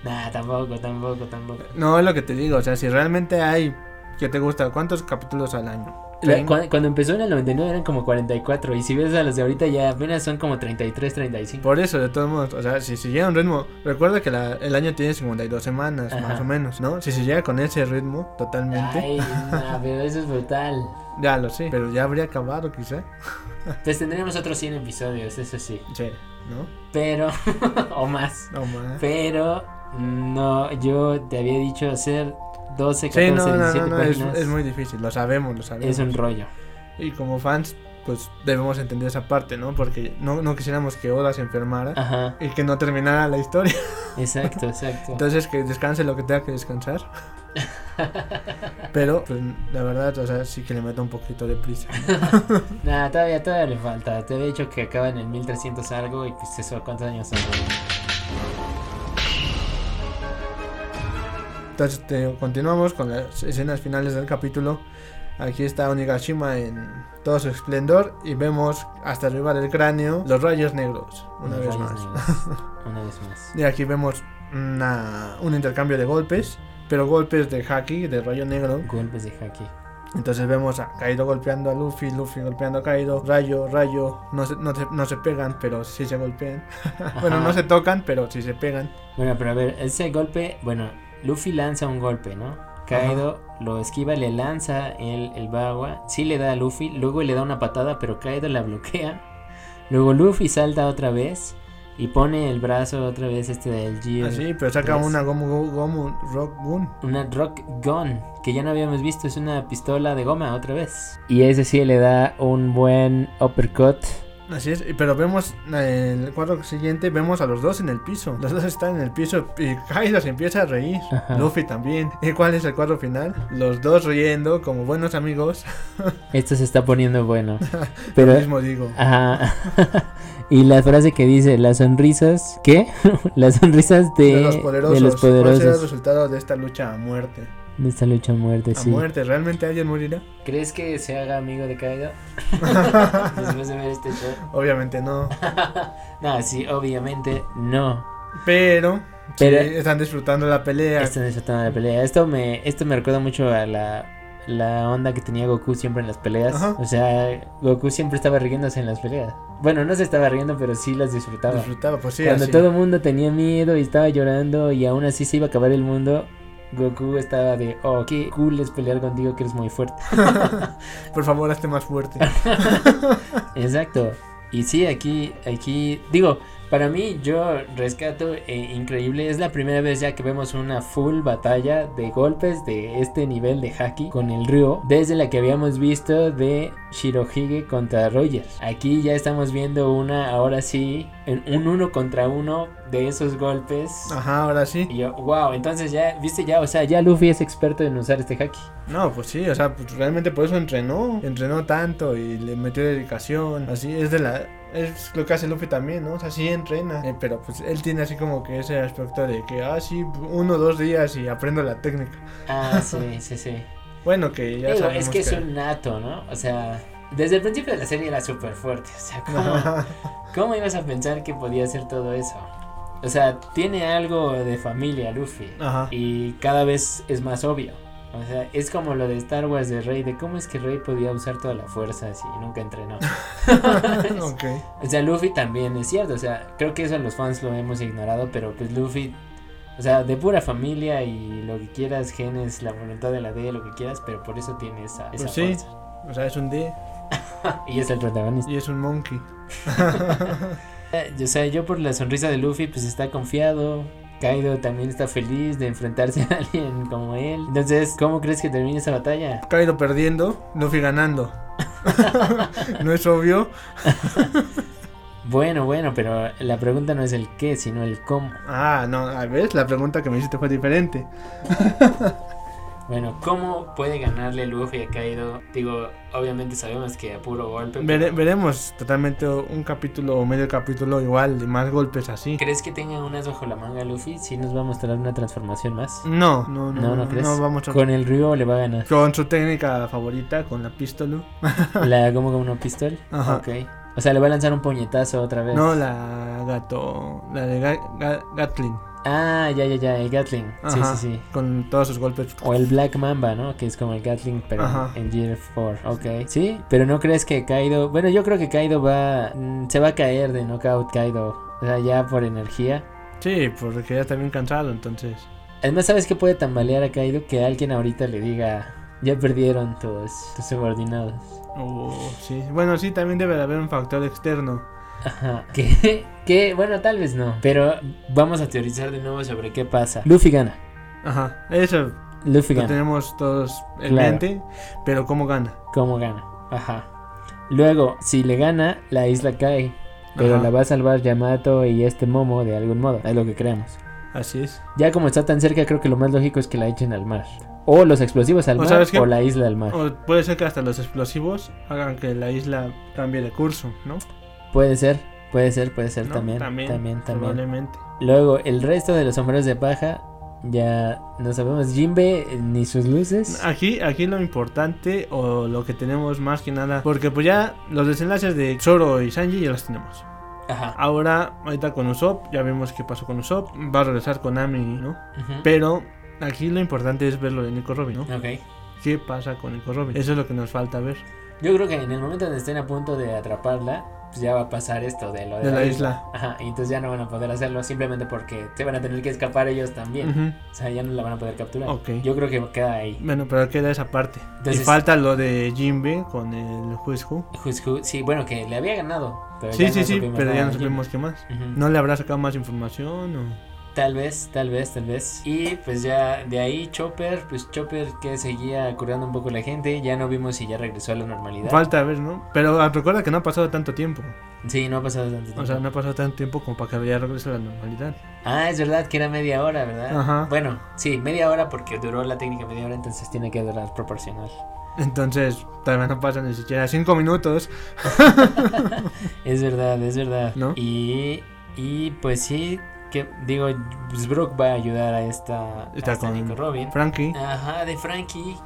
[SPEAKER 1] Nah, tampoco, tampoco, tampoco.
[SPEAKER 2] no, es lo que te digo, o sea, si realmente hay que te gusta, ¿cuántos capítulos al año?
[SPEAKER 1] La-
[SPEAKER 2] Veinte.
[SPEAKER 1] cuan- cuando empezó en el 99 eran como 44 y si ves a los de ahorita ya apenas son como 33, 35.
[SPEAKER 2] Por eso, de todos modos, o sea, si siguiera un ritmo, recuerda que la- el año tiene 52 semanas,
[SPEAKER 1] Ajá.
[SPEAKER 2] más o menos, ¿no? Si siguiera con ese ritmo, totalmente,
[SPEAKER 1] Ay, no, pero eso es brutal.
[SPEAKER 2] ya lo sé, pero ya habría acabado quizá.
[SPEAKER 1] Pues tendríamos otros 100 episodios, eso sí.
[SPEAKER 2] Sí, ¿no?
[SPEAKER 1] Pero, o más.
[SPEAKER 2] No más.
[SPEAKER 1] Pero, no, yo te había dicho hacer 12, 14,
[SPEAKER 2] Sí, no, no, no,
[SPEAKER 1] 17
[SPEAKER 2] no, es,
[SPEAKER 1] páginas.
[SPEAKER 2] es muy difícil, lo sabemos, lo sabemos.
[SPEAKER 1] Es un rollo.
[SPEAKER 2] Y como fans, pues debemos entender esa parte, ¿no? Porque no, no quisiéramos que Oda se enfermara
[SPEAKER 1] Ajá,
[SPEAKER 2] y que no terminara la historia.
[SPEAKER 1] exacto, exacto.
[SPEAKER 2] Entonces que descanse lo que tenga que descansar. Pero, pues, la verdad, o sea, sí que le meta un poquito de prisa.
[SPEAKER 1] Nada, todavía, todavía le falta. Te había dicho que acaba en el 1300 algo y pues eso, ¿cuántos años son?
[SPEAKER 2] Entonces te- continuamos con las escenas finales del capítulo. Aquí está Onigashima en todo su esplendor y vemos hasta arriba del cráneo los rayos negros, una vez
[SPEAKER 1] Rayos
[SPEAKER 2] más.
[SPEAKER 1] negros. Una vez más.
[SPEAKER 2] Y aquí vemos una- un intercambio de golpes, pero golpes de haki, de rayo negro.
[SPEAKER 1] Golpes de haki.
[SPEAKER 2] Entonces vemos a Kaido golpeando a Luffy, Luffy golpeando a Kaido, rayo, rayo, no se, no se- no se pegan, pero sí se golpean. bueno,
[SPEAKER 1] Ajá.
[SPEAKER 2] no se tocan, pero sí se pegan.
[SPEAKER 1] Bueno, pero a ver, ese golpe, bueno, Luffy lanza un golpe, ¿no? Kaido lo esquiva, le lanza el, el Bagua, sí le da a Luffy, luego le da una patada, pero Kaido la bloquea. Luego Luffy salta otra vez y pone el brazo otra vez este del Gear.
[SPEAKER 2] Así, pero saca
[SPEAKER 1] Pues-
[SPEAKER 2] una Gomu Gomu- Gomu Rock Gun.
[SPEAKER 1] Una Rock Gun, que ya no habíamos visto, es una pistola de goma otra vez. Y ese sí le da un buen uppercut.
[SPEAKER 2] Así es, y- pero vemos eh, el cuadro siguiente, vemos a los dos en el piso. Los dos están en el piso y Kaido se empieza a reír.
[SPEAKER 1] Ajá.
[SPEAKER 2] Luffy también. ¿Y cuál es el cuadro final? Los dos riendo como buenos amigos.
[SPEAKER 1] Esto se está poniendo bueno.
[SPEAKER 2] Lo
[SPEAKER 1] Pero ah,
[SPEAKER 2] mismo digo.
[SPEAKER 1] Ajá. y la frase que dice, las sonrisas, ¿qué? las sonrisas de,
[SPEAKER 2] De los poderosos.
[SPEAKER 1] de los
[SPEAKER 2] ¿Cuál será el
[SPEAKER 1] poderosos.
[SPEAKER 2] resultado de esta lucha a muerte?
[SPEAKER 1] De esta lucha a muerte,
[SPEAKER 2] A
[SPEAKER 1] sí.
[SPEAKER 2] muerte, ¿realmente alguien morirá?
[SPEAKER 1] ¿Crees que se haga amigo de Kaido? Después de ver este show.
[SPEAKER 2] Obviamente no.
[SPEAKER 1] No, sí, obviamente no.
[SPEAKER 2] Pero,
[SPEAKER 1] Pero-
[SPEAKER 2] sí, están disfrutando la pelea.
[SPEAKER 1] Esto no es el tema de la pelea. Esto me, esto me recuerda mucho a la, la onda que tenía Goku siempre en las peleas.
[SPEAKER 2] Ajá.
[SPEAKER 1] O sea, Goku siempre estaba riéndose en las peleas. Bueno, no se estaba riendo, pero sí las disfrutaba.
[SPEAKER 2] Disfrutaba, pues sí,
[SPEAKER 1] Cuando
[SPEAKER 2] así.
[SPEAKER 1] todo el mundo tenía miedo y estaba llorando y aún así se iba a acabar el mundo, Goku estaba de, oh, qué cool es pelear contigo que eres muy fuerte.
[SPEAKER 2] Por favor, hazte más fuerte.
[SPEAKER 1] Exacto. Y sí, aquí, aquí, digo, para mí yo rescato e increíble, es la primera vez ya que vemos una full batalla de golpes de este nivel de haki con el Ryo, desde la que habíamos visto de Shirohige contra Rogers. Aquí ya estamos viendo una, ahora sí, en un uno contra uno de esos golpes.
[SPEAKER 2] Ajá, ahora sí.
[SPEAKER 1] Y yo, wow, entonces ya, viste ya, o sea, ya Luffy es experto en usar este hack.
[SPEAKER 2] No, pues sí, o sea, pues realmente por eso entrenó, entrenó tanto y le metió dedicación, así es de la es lo que hace Luffy también, ¿no? O sea, sí entrena, eh, pero pues él tiene así como que ese aspecto de que ah sí, uno dos días y aprendo la técnica.
[SPEAKER 1] Ah, sí, sí, sí.
[SPEAKER 2] Bueno, que ya
[SPEAKER 1] Digo,
[SPEAKER 2] sabemos
[SPEAKER 1] es que es un nato, ¿no? O sea, desde el principio de la serie era súper fuerte. O sea, ¿cómo,
[SPEAKER 2] Ajá,
[SPEAKER 1] cómo ibas a pensar que podía hacer todo eso? O sea, tiene algo de familia Luffy.
[SPEAKER 2] Ajá.
[SPEAKER 1] Y cada vez es más obvio. O sea, es como lo de Star Wars de Rey, de cómo es que Rey podía usar toda la fuerza si nunca entrenó.
[SPEAKER 2] ok.
[SPEAKER 1] O sea, Luffy también es cierto. O sea, creo que eso los fans lo hemos ignorado, pero pues Luffy, o sea, de pura familia y lo que quieras, genes, la voluntad de la D, lo que quieras, pero por eso tiene esa, esa
[SPEAKER 2] Pues sí.
[SPEAKER 1] fuerza.
[SPEAKER 2] O sea, es un D
[SPEAKER 1] Y es el protagonista.
[SPEAKER 2] y es un monkey.
[SPEAKER 1] Eh, O sea, yo por la sonrisa de Luffy, pues está confiado. Kaido también está feliz de enfrentarse a alguien como él. Entonces, ¿cómo crees que termine esa batalla?
[SPEAKER 2] Kaido perdiendo, Luffy ganando. no es obvio.
[SPEAKER 1] Bueno, bueno, pero la pregunta no es el qué, sino el cómo.
[SPEAKER 2] Ah, no, a ver, la pregunta que me hiciste fue diferente.
[SPEAKER 1] Bueno, ¿cómo puede ganarle Luffy a Kaido? Digo, obviamente sabemos que a puro golpe. pero
[SPEAKER 2] Vere- veremos totalmente un capítulo o medio capítulo igual de más golpes así.
[SPEAKER 1] ¿Crees que tenga unas bajo la manga Luffy? Si nos va a mostrar una transformación más.
[SPEAKER 2] No, no, Mm, no,
[SPEAKER 1] No, no crees.
[SPEAKER 2] vamos a... Con...
[SPEAKER 1] Con el Ryu le va a ganar.
[SPEAKER 2] su técnica favorita, con la pistola.
[SPEAKER 1] La como con una pistola.
[SPEAKER 2] Ajá.
[SPEAKER 1] Ok. O sea, le va a lanzar un puñetazo otra vez.
[SPEAKER 2] No, la gato... La de Ga- Ga- Gatlin.
[SPEAKER 1] Ah, ya, ya, ya, el Gatling. Sí,
[SPEAKER 2] Ajá,
[SPEAKER 1] sí, sí.
[SPEAKER 2] Con todos sus golpes.
[SPEAKER 1] O el Black Mamba, ¿no? Que es como el Gatling, pero
[SPEAKER 2] Ajá.
[SPEAKER 1] en Gear 4. Ok. Sí, pero no crees que Kaido. Bueno, yo creo que Kaido va. mm, se va a caer de knockout Kaido. O sea, ya por energía.
[SPEAKER 2] Sí, porque ya está bien cansado, entonces...
[SPEAKER 1] Además, ¿sabes que puede tambalear a Kaido? Que alguien ahorita le diga. Ya perdieron todos tus subordinados.
[SPEAKER 2] Oh, sí. Bueno, sí, también debe de haber un factor externo.
[SPEAKER 1] Ajá. Que, que, bueno, tal vez no. Pero vamos a teorizar de nuevo sobre qué pasa. Luffy gana.
[SPEAKER 2] Ajá, eso
[SPEAKER 1] Luffy
[SPEAKER 2] lo
[SPEAKER 1] gana.
[SPEAKER 2] tenemos todos en
[SPEAKER 1] Claro.
[SPEAKER 2] mente, pero ¿cómo gana?
[SPEAKER 1] cómo gana. Ajá. Luego, si le gana, la isla cae. Pero
[SPEAKER 2] Ajá.
[SPEAKER 1] la va a salvar Yamato y este Momo de algún modo. Es lo que creemos.
[SPEAKER 2] Así es.
[SPEAKER 1] Ya como está tan cerca, creo que lo más lógico es que la echen al mar. O los explosivos al
[SPEAKER 2] ¿O
[SPEAKER 1] mar
[SPEAKER 2] sabes qué?
[SPEAKER 1] o la isla al mar.
[SPEAKER 2] O puede ser que hasta los explosivos hagan que la isla cambie de curso, ¿no?
[SPEAKER 1] Puede ser, puede ser, puede ser
[SPEAKER 2] ¿No?
[SPEAKER 1] también, también. También,
[SPEAKER 2] Probablemente.
[SPEAKER 1] Luego, el resto de los hombres de paja. Ya no sabemos Jimbe eh, ni sus luces.
[SPEAKER 2] Aquí, aquí lo importante o lo que tenemos más que nada, porque pues ya los desenlaces de Zoro y Sanji ya los tenemos.
[SPEAKER 1] Ajá.
[SPEAKER 2] Ahora, ahorita con Usopp, ya vimos qué pasó con Usopp, va a regresar con Ami, ¿no?
[SPEAKER 1] Ujú.
[SPEAKER 2] Pero aquí lo importante es ver lo de Nico Robin, ¿no?
[SPEAKER 1] Ok.
[SPEAKER 2] ¿Qué pasa con Nico Robin? Eso es lo que nos falta ver
[SPEAKER 1] Yo creo que en el momento donde estén a punto de atraparla, pues ya va a pasar esto de lo de,
[SPEAKER 2] de la isla.
[SPEAKER 1] Ajá, y entonces ya no van a poder hacerlo simplemente porque se van a tener que escapar ellos también. O sea, ya no la van a poder capturar.
[SPEAKER 2] Ok.
[SPEAKER 1] Yo creo que queda ahí.
[SPEAKER 2] Bueno, pero queda esa parte. y
[SPEAKER 1] Entonces-
[SPEAKER 2] falta lo de Jinbe con el Who's Who.
[SPEAKER 1] Who's who- Sí, bueno, que le había ganado. Pero
[SPEAKER 2] Sí,
[SPEAKER 1] ya
[SPEAKER 2] sí,
[SPEAKER 1] no
[SPEAKER 2] sí,
[SPEAKER 1] supimos
[SPEAKER 2] pero
[SPEAKER 1] nada
[SPEAKER 2] ya no
[SPEAKER 1] de Jim.
[SPEAKER 2] supimos qué más.
[SPEAKER 1] Ujú.
[SPEAKER 2] ¿No le habrá sacado más información o...?
[SPEAKER 1] Tal vez, tal vez, tal vez. Y pues ya de ahí Chopper, pues Chopper que seguía curando un poco la gente, ya no vimos si ya regresó a la normalidad.
[SPEAKER 2] Falta ver, ¿no? Pero ah, recuerda que no ha pasado tanto tiempo.
[SPEAKER 1] sí, no ha pasado tanto tiempo.
[SPEAKER 2] O sea, no ha pasado tanto tiempo como para que ya regrese a la normalidad.
[SPEAKER 1] Ah, es verdad que era media hora, ¿verdad?
[SPEAKER 2] Ajá.
[SPEAKER 1] Bueno, sí, media hora porque duró la técnica media hora, entonces tiene que durar proporcional.
[SPEAKER 2] Entonces, todavía no pasan ni siquiera cinco minutos.
[SPEAKER 1] Es verdad, es verdad.
[SPEAKER 2] ¿No?
[SPEAKER 1] Y, y pues sí, que digo, pues Brooke va a ayudar a esta, a
[SPEAKER 2] Está
[SPEAKER 1] esta
[SPEAKER 2] con
[SPEAKER 1] Nico Robin.
[SPEAKER 2] Frankie.
[SPEAKER 1] Ajá, de Frankie.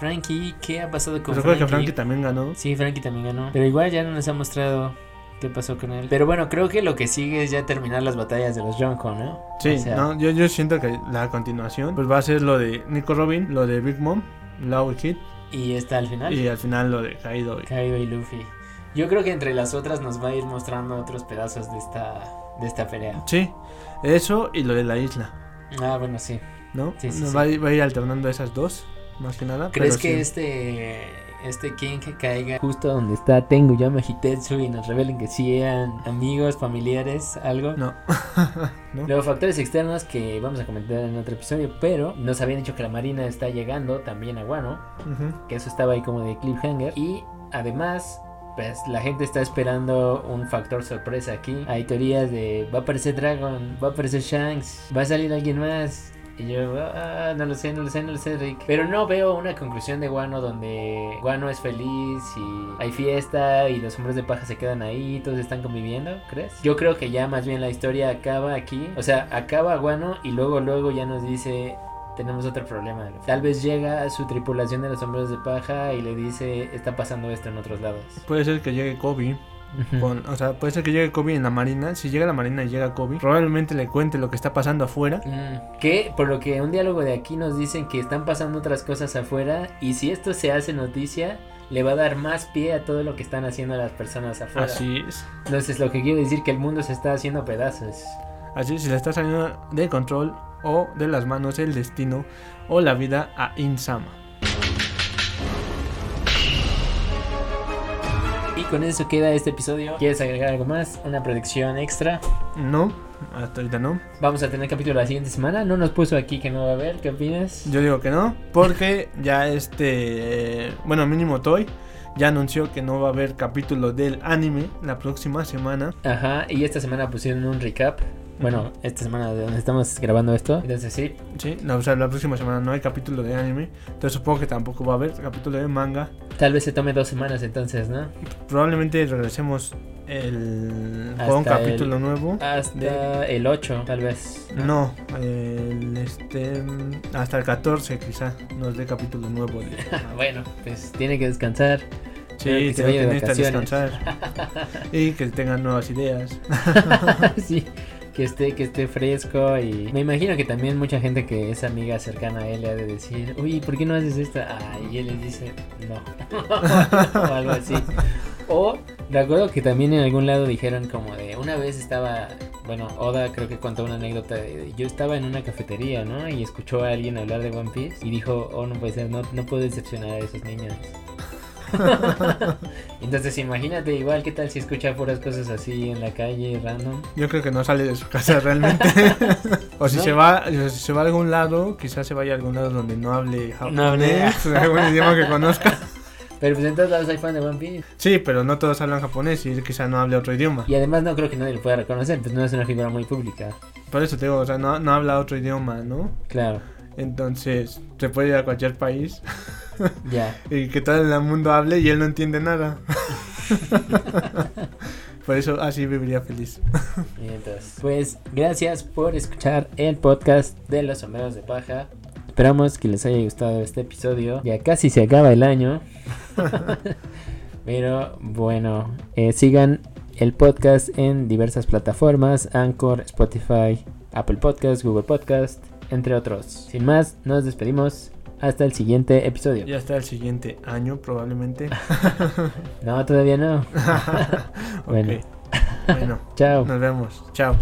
[SPEAKER 1] Frankie, ¿qué ha pasado con
[SPEAKER 2] Recuerda
[SPEAKER 1] Frankie?
[SPEAKER 2] que Frankie también ganó.
[SPEAKER 1] Sí, Frankie también ganó. Pero igual ya no nos ha mostrado qué pasó con él. Pero bueno, creo que lo que sigue es ya terminar las batallas de los Jonko, ¿no?
[SPEAKER 2] Sí,
[SPEAKER 1] O sea,
[SPEAKER 2] no, yo, yo siento que la continuación pues va a ser lo de Nico Robin, lo de Big Mom, Law y Kid
[SPEAKER 1] Y está al final.
[SPEAKER 2] y al final lo de Kaido. y-
[SPEAKER 1] Kaido y Luffy. Yo creo que entre las otras nos va a ir mostrando otros pedazos de esta de esta pelea.
[SPEAKER 2] Sí, eso y lo de la isla,
[SPEAKER 1] Ah, bueno, sí.
[SPEAKER 2] ¿no?
[SPEAKER 1] Sí, sí,
[SPEAKER 2] Nos
[SPEAKER 1] sí.
[SPEAKER 2] Va, a ir, va a ir alternando esas dos, más que nada.
[SPEAKER 1] ¿Crees
[SPEAKER 2] pero
[SPEAKER 1] que
[SPEAKER 2] sí.
[SPEAKER 1] este este King que caiga justo donde está Tengu Yama Hitetsu y nos revelen que sí eran amigos, familiares, algo?
[SPEAKER 2] No. ¿No?
[SPEAKER 1] Luego factores externos que vamos a comentar en otro episodio, pero nos habían dicho que la Marina está llegando también a Guano,
[SPEAKER 2] Ujú.
[SPEAKER 1] que eso estaba ahí como de cliffhanger y además pues la gente está esperando un factor sorpresa aquí. Hay teorías de va a aparecer Dragon, va a aparecer Shanks, va a salir alguien más. Y yo, "Ah, no lo sé, no lo sé, no lo sé, Rick. Pero no veo una conclusión de Guano donde Guano es feliz y hay fiesta y los hombres de paja se quedan ahí, todos están conviviendo, ¿crees? Yo creo que ya más bien la historia acaba aquí. O sea, acaba Guano y luego, luego ya nos dice tenemos otro problema. Tal vez llega su tripulación de los hombres de paja y le dice, está pasando esto en otros lados.
[SPEAKER 2] Puede ser que llegue Kobe, con, o sea, puede ser que llegue Kobe en la marina. Si llega a la marina y llega Kobe, probablemente le cuente lo que está pasando afuera.
[SPEAKER 1] Mm, Que por lo que un diálogo de aquí nos dicen que están pasando otras cosas afuera y si esto se hace noticia le va a dar más pie a todo lo que están haciendo las personas afuera.
[SPEAKER 2] Así es.
[SPEAKER 1] Entonces lo que quiere decir que el mundo se está haciendo pedazos.
[SPEAKER 2] Así es, se le está saliendo de control o de las manos el destino o la vida a Insama.
[SPEAKER 1] Y con eso queda este episodio. ¿Quieres agregar algo más? ¿Una predicción extra?
[SPEAKER 2] No, hasta ahorita no.
[SPEAKER 1] Vamos a tener capítulo la siguiente semana. No nos puso aquí que no va a haber. ¿Qué opinas?
[SPEAKER 2] Yo digo que no, porque ya este, eh, bueno, mínimo Toy ya anunció que no va a haber capítulo del anime la próxima semana.
[SPEAKER 1] Ajá, y esta semana pusieron un recap Bueno, esta semana de donde estamos grabando esto. Entonces sí,
[SPEAKER 2] Sí, no, o sea, la próxima semana no hay capítulo de anime. Entonces supongo que tampoco va a haber capítulo de manga.
[SPEAKER 1] tal vez se tome dos semanas entonces, ¿no?
[SPEAKER 2] Probablemente regresemos el,
[SPEAKER 1] Hasta
[SPEAKER 2] con un
[SPEAKER 1] el- Ah.
[SPEAKER 2] capítulo nuevo.
[SPEAKER 1] Hasta el 8, tal vez.
[SPEAKER 2] No, el, este, mm, hasta el 14 quizá nos dé capítulo nuevo. de-
[SPEAKER 1] Bueno, pues tiene que descansar. Espero
[SPEAKER 2] sí,
[SPEAKER 1] que se
[SPEAKER 2] se
[SPEAKER 1] vaya
[SPEAKER 2] que
[SPEAKER 1] de
[SPEAKER 2] necesita
[SPEAKER 1] vacaciones.
[SPEAKER 2] descansar. y que tengan nuevas ideas.
[SPEAKER 1] sí, que esté, que esté fresco y me imagino que también mucha gente que es amiga cercana a él le ha de decir, uy, ¿por qué no haces esto? Ah, y él les dice, no, o algo así. O recuerdo que también en algún lado dijeron como de, una vez estaba, bueno, Oda creo que contó una anécdota, de, yo estaba en una cafetería, ¿no? Y escuchó a alguien hablar de One Piece y dijo, oh, no puede ser, no, no puedo decepcionar a esos niños. Entonces imagínate igual qué tal si escucha puras cosas así en la calle random.
[SPEAKER 2] Yo creo que no sale de su casa realmente. o si
[SPEAKER 1] No.
[SPEAKER 2] se va, o si se va a algún lado, quizás se vaya a algún lado donde no hable japonés,
[SPEAKER 1] No hable.
[SPEAKER 2] algún idioma que conozca.
[SPEAKER 1] Pero pues en todos lados hay fan de One Piece.
[SPEAKER 2] Sí, pero no todos hablan japonés y él quizá no hable otro idioma.
[SPEAKER 1] Y además no creo que nadie lo pueda reconocer, pues no es una figura muy pública.
[SPEAKER 2] Por eso te digo, o sea, no, no habla otro idioma, ¿no?
[SPEAKER 1] Claro,
[SPEAKER 2] Entonces, se puede ir a cualquier país
[SPEAKER 1] ya.
[SPEAKER 2] y que todo el mundo hable y él no entiende nada. Por eso así viviría feliz.
[SPEAKER 1] Mientras. Pues gracias por escuchar el podcast de los sombreros de paja. Esperamos que les haya gustado este episodio. Ya casi se acaba el año. Pero bueno, eh, sigan el podcast en diversas plataformas, Anchor, Spotify, Apple Podcast, Google Podcast, entre otros. Sin más, nos despedimos. Hasta el siguiente episodio.
[SPEAKER 2] Y hasta el siguiente año probablemente.
[SPEAKER 1] No, todavía no.
[SPEAKER 2] Ok.
[SPEAKER 1] Bueno.
[SPEAKER 2] bueno,
[SPEAKER 1] Chao.
[SPEAKER 2] nos vemos. Chao.